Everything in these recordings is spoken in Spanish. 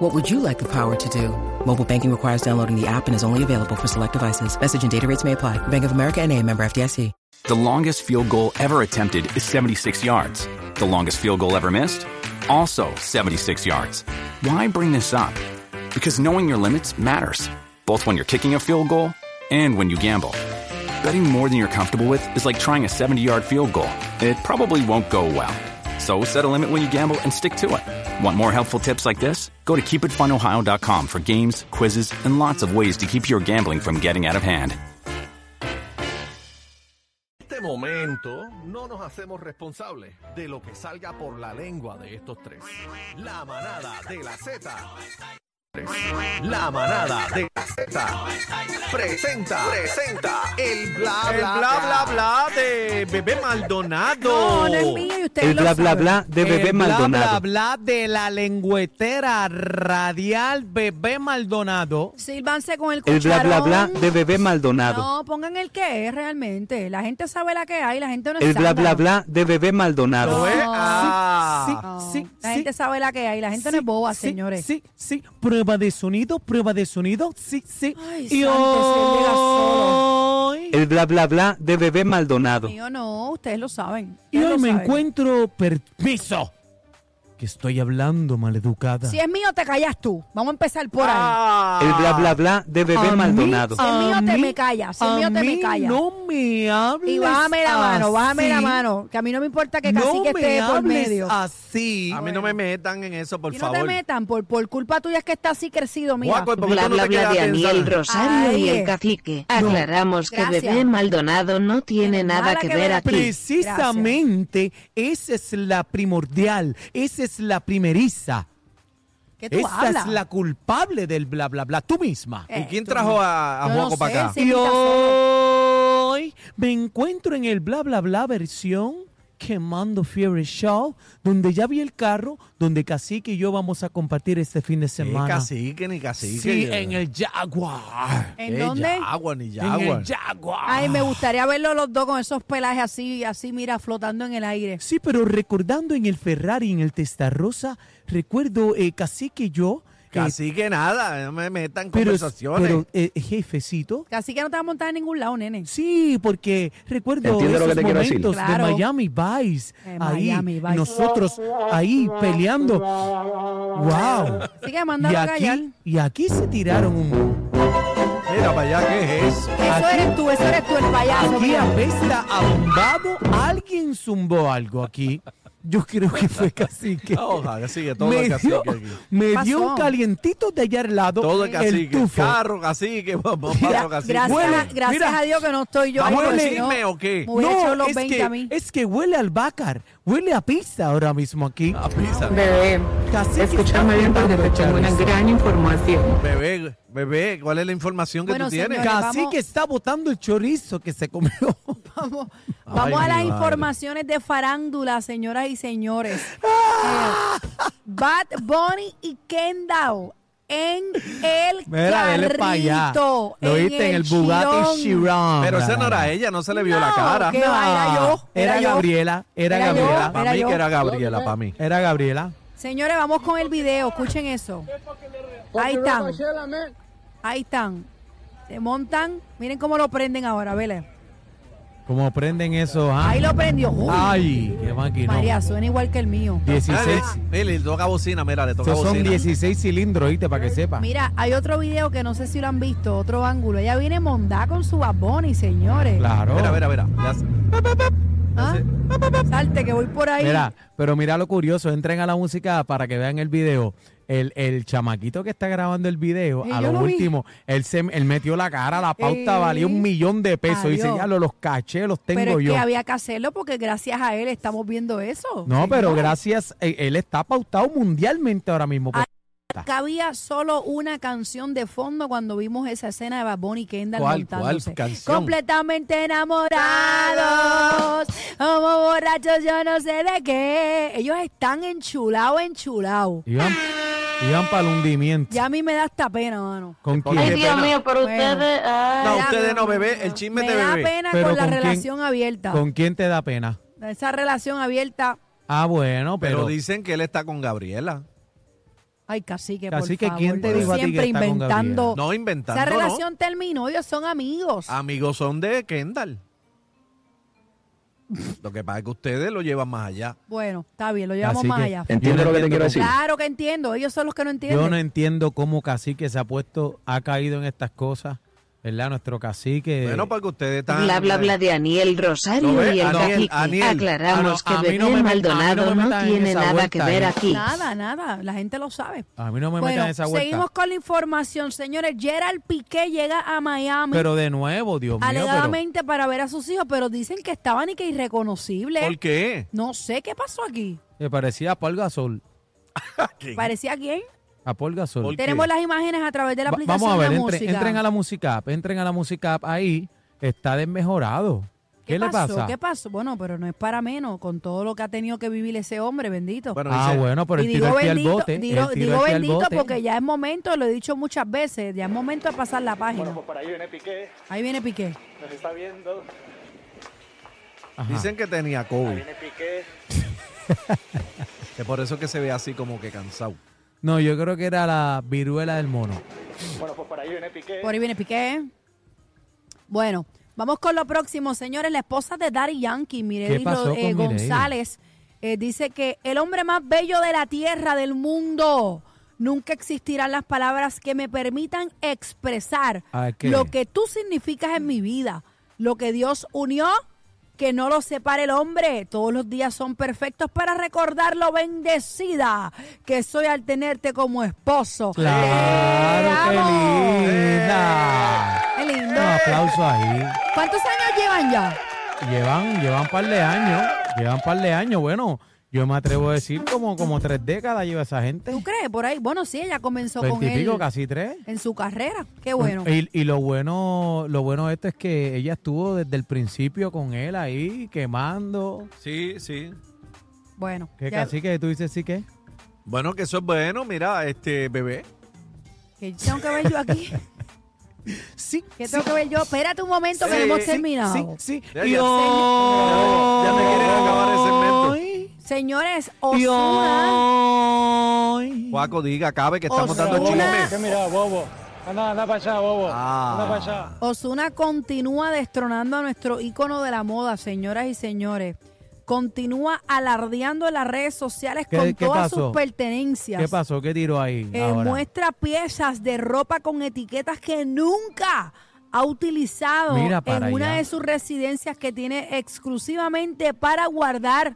What would you like the power to do? Mobile banking requires downloading the app and is only available for select devices. Message and data rates may apply. Bank of America and a member FDIC. The longest field goal ever attempted is 76 yards. The longest field goal ever missed? Also 76 yards. Why bring this up? Because knowing your limits matters, both when you're kicking a field goal and when you gamble. Betting more than you're comfortable with is like trying a 70 yard field goal. It probably won't go well. So set a limit when you gamble and stick to it. Want more helpful tips like this? Go to keepitfunohio.com for games, quizzes, and lots of ways to keep your gambling from getting out of hand. este momento no nos hacemos responsables de lo que salga por la lengua de estos tres. La manada de la Z. La manada de la Z. Presenta, presenta el bla El bla bla bla bla de Bebé No, Maldonado. no es mío eh. y ustedes El lo bla bla saben. bla de El bebé bla, Maldonado. bla bla de la lengüetera radial Bebé Maldonado. Sírvanse con el El cucharón. bla bla bla de bebé Maldonado. No, pongan el que es realmente. La gente sabe la que hay, la gente no es El bla bla sándalo. bla de bebé ¿Lo Maldonado. ves? Sí, Ah. No, Sí, la sí, gente sabe la que hay, la gente no es sí, boba, sí, señores. Sí, sí. Prueba de sonido, prueba de sonido. Sí, sí. Ay, santo, si él llega solo. hoy- El bla bla bla de bebé Maldonado. Mío no, ustedes lo saben. y ustedes hoy lo me saben. encuentro permiso. Que estoy hablando maleducada. Si es mío, te callas tú. Vamos a empezar por ahí. Ah. El bla bla bla de A bebé mí, Maldonado. Si es mío, a te mí, me callas. Si es a mío, te me mí callas. No me hables. Y bájame la mano, bájame la así. mano. Que a mí no me importa que casi No que me esté por hables medio. así. A mí no me metan en eso, por y no favor. te metan, por, por culpa tuya es que está así crecido, mira. Guaco, ¿y por qué Bla tú no bla te bla quedas de a pensar? Aniel Rosario Ay, y el cacique. Aclaramos que gracias. Bebé Maldonado no tiene nada que ver aquí. Precisamente esa es la primordial, esa es la primeriza, ¿Qué tú esa hablas? es la culpable del bla bla bla, tú misma. Eh, ¿Y quién tú- trajo a, a Yo no Juaco para sé, acá? sí. Y mira hoy me encuentro en el bla bla bla versión Quemando Fiebre Show, donde ya vi el carro, donde Cacique y yo vamos a compartir este fin de Ni semana. cacique, ni cacique. Sí, en el Jaguar. ¿En Eh, dónde? Yagua, ni En Jaguar. el Jaguar. Ay, me gustaría verlo los dos con esos pelajes así, así, mira, flotando en el aire. Sí, pero recordando en el Ferrari, en el Testarrosa, recuerdo eh, Cacique y yo. eh, Cacique, nada. No me metan en pero, conversaciones. pero, eh, jefecito. Así que no te vas a montar en ningún lado, nene. Sí, porque recuerdo Entiendo lo esos que te quiero decir. momentos de Claro. Miami Vice. Eh, ahí, Miami Vice. nosotros ahí peleando. ¡Wow! Así que Y mándalo a callar. aquí, y aquí se tiraron un... Mira para allá, ¿qué es eso? Eso aquí- eres tú, eso eres tú, el payaso. Aquí mira. apesta a bombado. Alguien zumbó algo aquí. Yo creo que fue Cacique. Ojalá, sigue todo el me cacique dio, aquí. me Pasó. dio un calientito de allá al lado. Todo el el cacique. tufo. Carro, cacique, vamos, Mira, carro, cacique. Gracias, Huele, a, gracias mira. a Dios que no estoy yo. ahí, ¿Vamos a porque si decirme no, o qué? Me hubiera hecho No, los es 20 a mí. que, es que huele al bácar. Huele a pizza ahora mismo aquí. A pizza. Bebé, Cacique está pintando charros. información. Bebé, bebé, ¿cuál es la información que Bueno, tú tienes? señores. Cacique Vamos. está botando el chorizo que se comió. Vamos, vamos Ay, a mi madre. las informaciones de farándula, señoras y señores. Eh, Bad Bunny y Kendall en el Mira, dele pa' allá. carrito. Lo en viste en el Chirón. Bugatti Chiron. Pero esa no era ella, no se le vio la No, cara. que va, Ah, era yo, Era, era yo. Gabriela. Era, Era yo. Gabriela. Para era mí yo. que era Gabriela, para mí. Era Gabriela. Señores, vamos con el video, escuchen eso. Ahí están. Ahí están. Se montan, miren cómo lo prenden ahora, vele. Como prenden eso. ah? Ahí lo prendió. Uy, Ay, qué máquina. María, suena igual que el mío. 16. Ah, Mira, le toca bocina, mira, le toca Esos son bocina. 16 cilindros, ¿viste? Para que sepa. Mira, hay otro video que no sé si lo han visto, otro ángulo. Ella viene mondá con su baboni, señores. Claro. Mira, mira, mira. Le hace- ¿Ah? Salte, que voy por ahí. Mira, pero mira lo curioso, entren a la música para que vean el video. El, el chamaquito que está grabando el video, Eh, a yo lo, lo vi. último, él se él metió la cara, la pauta Eh, valía un millón de pesos. Y dice, adiós. ya lo- los caché, los tengo pero es yo. que había que hacerlo porque gracias a él estamos viendo eso. no, pero señores. gracias, eh, él está pautado mundialmente ahora mismo. por- cabía solo una canción de fondo cuando vimos esa escena de Bad Bunny y Kendall ¿Cuál, cuál montándose. canción? Completamente enamorados, como borrachos yo no sé de qué. Ellos están enchulados, enchulados. Iban, iban para el hundimiento. Ya a mí me da hasta pena, mano. ¿Con Porque- quién? Qué Ay, Dios pena. mío, pero Bueno. ustedes. ay. No, ustedes no, bebé. El chisme Me de da bebé. pena Pero con la ¿con quién? relación abierta. ¿Con quién te da pena? Esa relación abierta. Ah, bueno, Pero, pero... dicen que él está con Gabriela. Ay, cacique, Cacique, por favor. ¿quién te tú dijo a ti que Siempre está con inventando. No Oh, Esa inventando, ¿no? Ah. relación terminó, ellos son amigos. Amigos son de Kendall. Lo que pasa es que ustedes lo llevan más allá. Bueno, está bien, lo llevamos Cacique, más allá. yo ¿Entiendes no lo que te quiero entiendo decir? Claro que entiendo, ellos son los que no entienden. Yo no entiendo cómo Cacique se ha puesto, ha caído en estas cosas, ¿verdad? Nuestro Cacique... Bueno, porque ustedes están. Bla bla bla de Aniel Rosario ¿Lo ves? y el Aniel, cacique. Aniel. Aclaramos Ah, no, a que mí no me Bebé metan- a mí no me Maldonado no, metan en tiene esa nada vuelta eh. que ver ahí. aquí. Nada, nada, la gente lo sabe. A mí Ah, no me metan bueno, en esa vuelta. seguimos con la información, señores. Gerald Piqué llega a Miami Pero de nuevo, Dios mío, pero... alegadamente para ver a sus hijos, pero dicen que estaban y que irreconocibles. ¿Por qué? No sé qué pasó aquí. Me parecía a Paul Gasol. ¿Parecía quién? A Paul Gasol. Paul- ¿Qué? Tenemos las imágenes a través de la Va- aplicación vamos a ver, La entre- Música. entren a la música app, entren a la música app, ahí está desmejorado. ¿Qué, le pasó? pasa? ¿Qué pasó? Bueno, pero no es para menos con todo lo que ha tenido que vivir ese hombre, bendito. Bueno, ah, dice- bueno, pero y el tiro digo el pie al bendito, digo, bote. el tiro digo el pie al bendito bote. porque ya es momento, lo he dicho muchas veces, ya es momento de pasar la página. ahí viene Piqué. Ahí viene Piqué. Ajá. Dicen que tenía COVID. que por eso es que se ve así como que cansado. No, yo creo que era la viruela del mono. Por ahí viene Piqué. Bueno, vamos con lo próximo, señores. La esposa de Daddy Yankee, Mireille pasó Ro- con eh, Mireille? González, eh, dice que el hombre más bello de la tierra, del mundo, nunca existirán las palabras que me permitan expresar Ah, ¿qué? lo que tú significas en mi vida, lo que Dios unió. Que no lo separe el hombre. Todos los días son perfectos para recordar lo bendecida que soy al tenerte como esposo. Claro, ¡Te qué amo! Eh. linda. ¡Qué Un lindo! aplauso ahí. ¿Cuántos años llevan ya? Llevan, llevan par de años. Llevan par de años. Bueno, yo me atrevo a decir como, como tres décadas lleva esa gente. ¿Tú crees? Por ahí. Bueno, sí, ella comenzó con él Veintipico, casi tres. en su carrera. Qué bueno. Y, y lo bueno, lo bueno de esto es que ella estuvo desde el principio con él ahí, quemando. Sí, sí. Bueno. Que ya- casi que tú dices sí que. Bueno, que eso es bueno, mira, este bebé. que tengo que ver yo aquí. Sí. Que tengo que ver yo. Espérate un momento que no hemos terminado. Sí, Ya, Y ya. hoy- Ya me quieren acabar el segmento. hoy- Señores, y Osuna. hoy- Juaco, diga, acabe que estamos Osuna. dando chisme. Mira, bobo. Anda, anda para allá, bobo. Ah. Anda para allá. Osuna continúa destronando a nuestro ícono de la moda, señoras y señores. Continúa alardeando en las redes sociales ¿Qué- con qué todas pasó? sus pertenencias. ¿Qué pasó? ¿Qué tiró ahí? Eh, ahora? muestra piezas de ropa con etiquetas que nunca ha utilizado Mira en para una allá. de sus residencias que tiene exclusivamente para guardar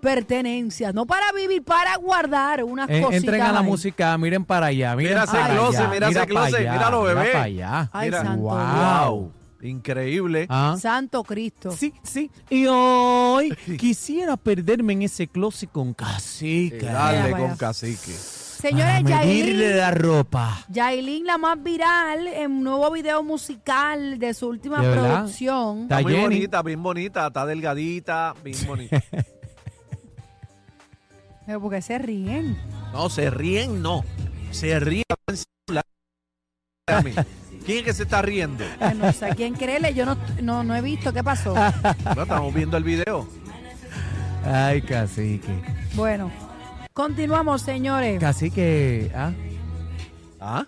pertenencias, no para vivir, para guardar unas En- cositas. entren a Eh, la ahí. música, miren para allá. Miren Mira ese para closet, allá, mira ese para closet, allá, míralo, bebé. Mira para allá. Ay, Mira. santo Guau. Wow. Increíble. Ah. Dios. Santo Cristo. Sí, sí. Y hoy quisiera perderme en ese closet con cacique. Eh, Dale Mira, con vaya. cacique. Señores, a medirle Yailin, la ropa. Yailin, la más viral en un nuevo video musical de su última ¿De verdad? producción. Está Está muy Jenny. bonita, bien bonita, está delgadita, bien bonita. Pero Eh, porque se ríen. No, se ríen, no. Se ríen. ¿Quién es que se está riendo? Que No sé a quién creerle, yo no, no, no he visto qué pasó. Ah. No, estamos viendo el video. Ay, cacique. Bueno, continuamos, señores. Cacique, ¿ah? ¿Ah?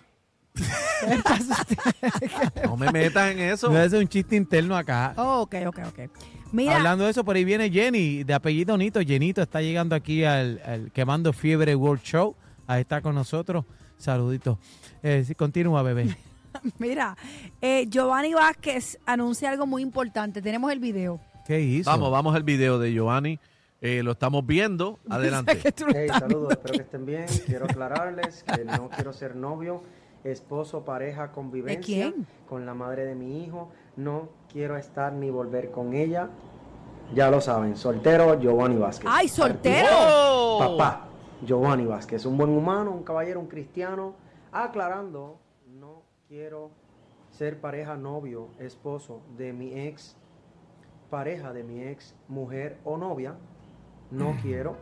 No me metas en eso. No, ese es un chiste interno acá. Oh, ok, ok, ok. Mira, Hablando de eso, por ahí viene Jenny, de apellido Nito. Jenito está llegando aquí al, al Quemando Fiebre World Show. Ahí está con nosotros. Saluditos. Eh, sí, continúa, bebé. mira, eh, Giovanni Vázquez anuncia algo muy importante. Tenemos el video. ¿Qué hizo? Vamos, vamos al video de Giovanni. Eh, lo estamos viendo. Adelante. Que tú lo Hey, estás saludos, viendo. espero que estén bien. Quiero aclararles que no quiero ser novio, esposo, pareja, convivencia quién? con la madre de mi hijo. No quiero estar ni volver con ella. Ya lo saben, soltero Giovanni Vázquez. Oh, ¡Ay, soltero! Papá, Oh. Giovanni Vázquez, un buen humano, un caballero, un cristiano, aclarando, no quiero ser pareja, novio, esposo de mi ex pareja, de mi ex mujer o novia, no quiero.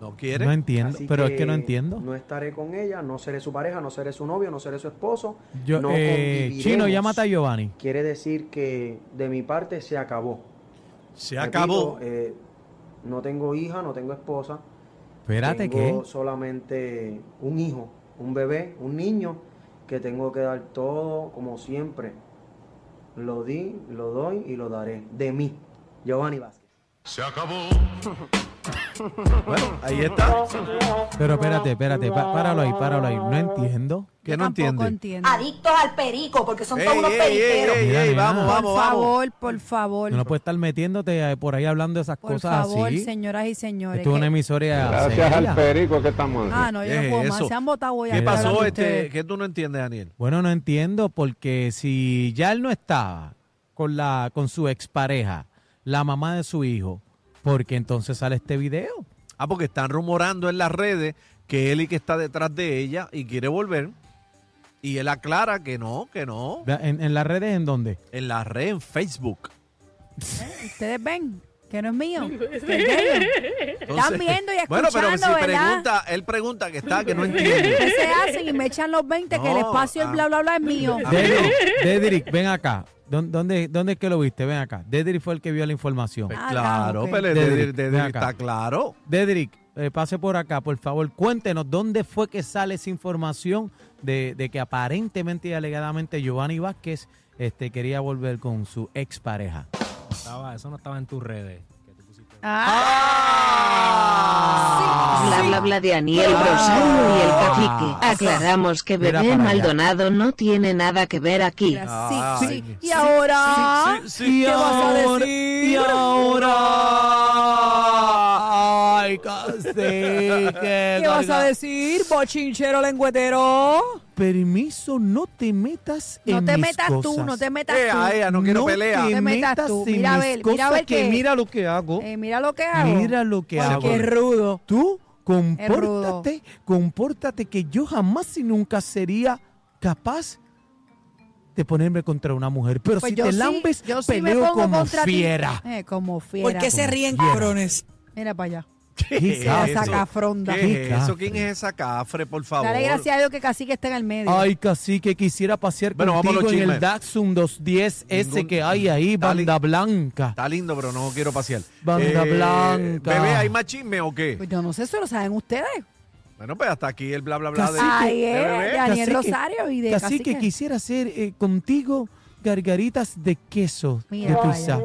¿No No quiere? Mm. entiendo, así pero es que no entiendo. No estaré con ella, no seré su pareja, no seré su novio, no seré su esposo. Yo- no eh, conviviremos. Chino, llámate a Giovanni. Quiere decir que de mi parte se acabó. Se acabó. Repito, eh, no tengo hija, no tengo esposa. Espérate tengo que... solamente un hijo, un bebé, un niño que tengo que dar todo como siempre. Lo di, lo doy y lo daré de mí, Giovanni Vázquez. Bueno, ahí está. Pero espérate, espérate, pa- páralo ahí, páralo ahí. No entiendo. Que no Tampoco entiende. entiendo. Adictos al perico, porque son Ey, todos unos ey, ey, periqueros. ey, Mira, ey, nena. vamos, Por vamos, vamos. favor, por favor. Tú no puedes estar metiéndote eh, por ahí hablando de esas por cosas favor, así. señoras y señores. Esto es una que- emisora seria. perico que estamos Ah, no, yo ¿Qué no es puedo eso? más. Se han votado hoy. ¿Qué aquí hablando pasó? de Este, ustedes. ¿Qué tú no entiendes, Daniel? Bueno, no entiendo porque si ya él no estaba con la con su expareja, la mamá de su hijo, porque entonces sale este video. Ah, porque están rumorando en las redes que Eli que está detrás de ella y quiere volver. Y él aclara que no, que no. ¿En, en las redes en dónde? En la red, en Facebook. Ustedes ven que no es mío. que es de ellos. Están Entonces- viendo y Bueno, escuchando, pero si ¿verdad? pregunta, él pregunta que está, que no ¿Qué entiende. se hacen? Y me echan los 20 que el No, espacio, el ah. bla, bla, bla es mío. Ah, Dedrick, Dedrick, ven acá. ¿Dó- ¿Dónde, ¿Dónde es que lo viste? Ven acá. Dedrick fue el que vio la información. Pues Ah, claro, ok. pero el Dedrick, Dedrick- Dedrick ven acá. está claro. Dedrick, eh, pase por acá, por favor. Cuéntenos dónde fue que sale esa información de, de que aparentemente y alegadamente Giovanni Vázquez este, quería volver con su expareja. Eso no estaba en tus redes. Ah. Bla Sí, bla bla de Aniel Rosario y el cacique. Aclaramos que Ah. Mira Bebé para allá. Maldonado no tiene nada que ver aquí. Mira, sí, sí. Ay. Y ahora. Sí, sí, sí. ¿Qué vas a decir? Y ahora. Ay, cacique. ¿Qué vas a decir, bochinchero lengüetero? Permiso, no te metas en No te mis metas tú, cosas. no te metas Eh, tú. a ella, no quiero pelea. te No te metas metas tú. en Mira a mis ver, mira a cosas ver que, que- mira lo que hago. Eh, mira lo que hago. Mira lo que hago. Qué rudo. Tú rudo. compórtate, compórtate que yo jamás y nunca sería capaz de ponerme contra una mujer. Pero Pues si yo te sí, lambes, yo sí me peleo pongo como contra ti. fiera. Eh, como fiera. ¿Por qué se ríen, Bien. cabrones? Mira para allá. ¿Qué ¿Qué Sea es haces? eso? sacafronda. ¿Qué es eso? Cafre. ¿Quién es esa cafre, por favor? Dale gracias a Dios que Cacique está en el medio. Ay, cacique, quisiera pasear Bueno, vamos a los contigo en el chismes. Datsun 210 ese Ningún- que hay ahí, Dale. banda blanca. Está lindo, pero no quiero pasear. Eh, Banda blanca. Bebé, ¿hay más chisme o qué? Pues yo no sé, eso lo saben ustedes. Bueno, pues hasta aquí el bla, bla, bla de... Cacique, Ay, de eh, bebé. de Daniel Rosario y de cacique, Cacique. quisiera hacer eh, contigo gargaritas de queso Mira, de vaya. pizza.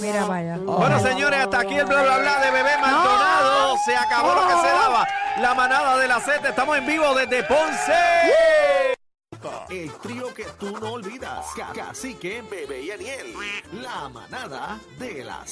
Mira para allá. Bueno, señores, hasta aquí el bla, bla, bla de Bebé Maldonado. Se acabó lo que se daba. La manada de la Z. Estamos en vivo desde Ponce. El trío que tú no olvidas. Ca- Cacique, Bebé y Aniel. La manada de la Z.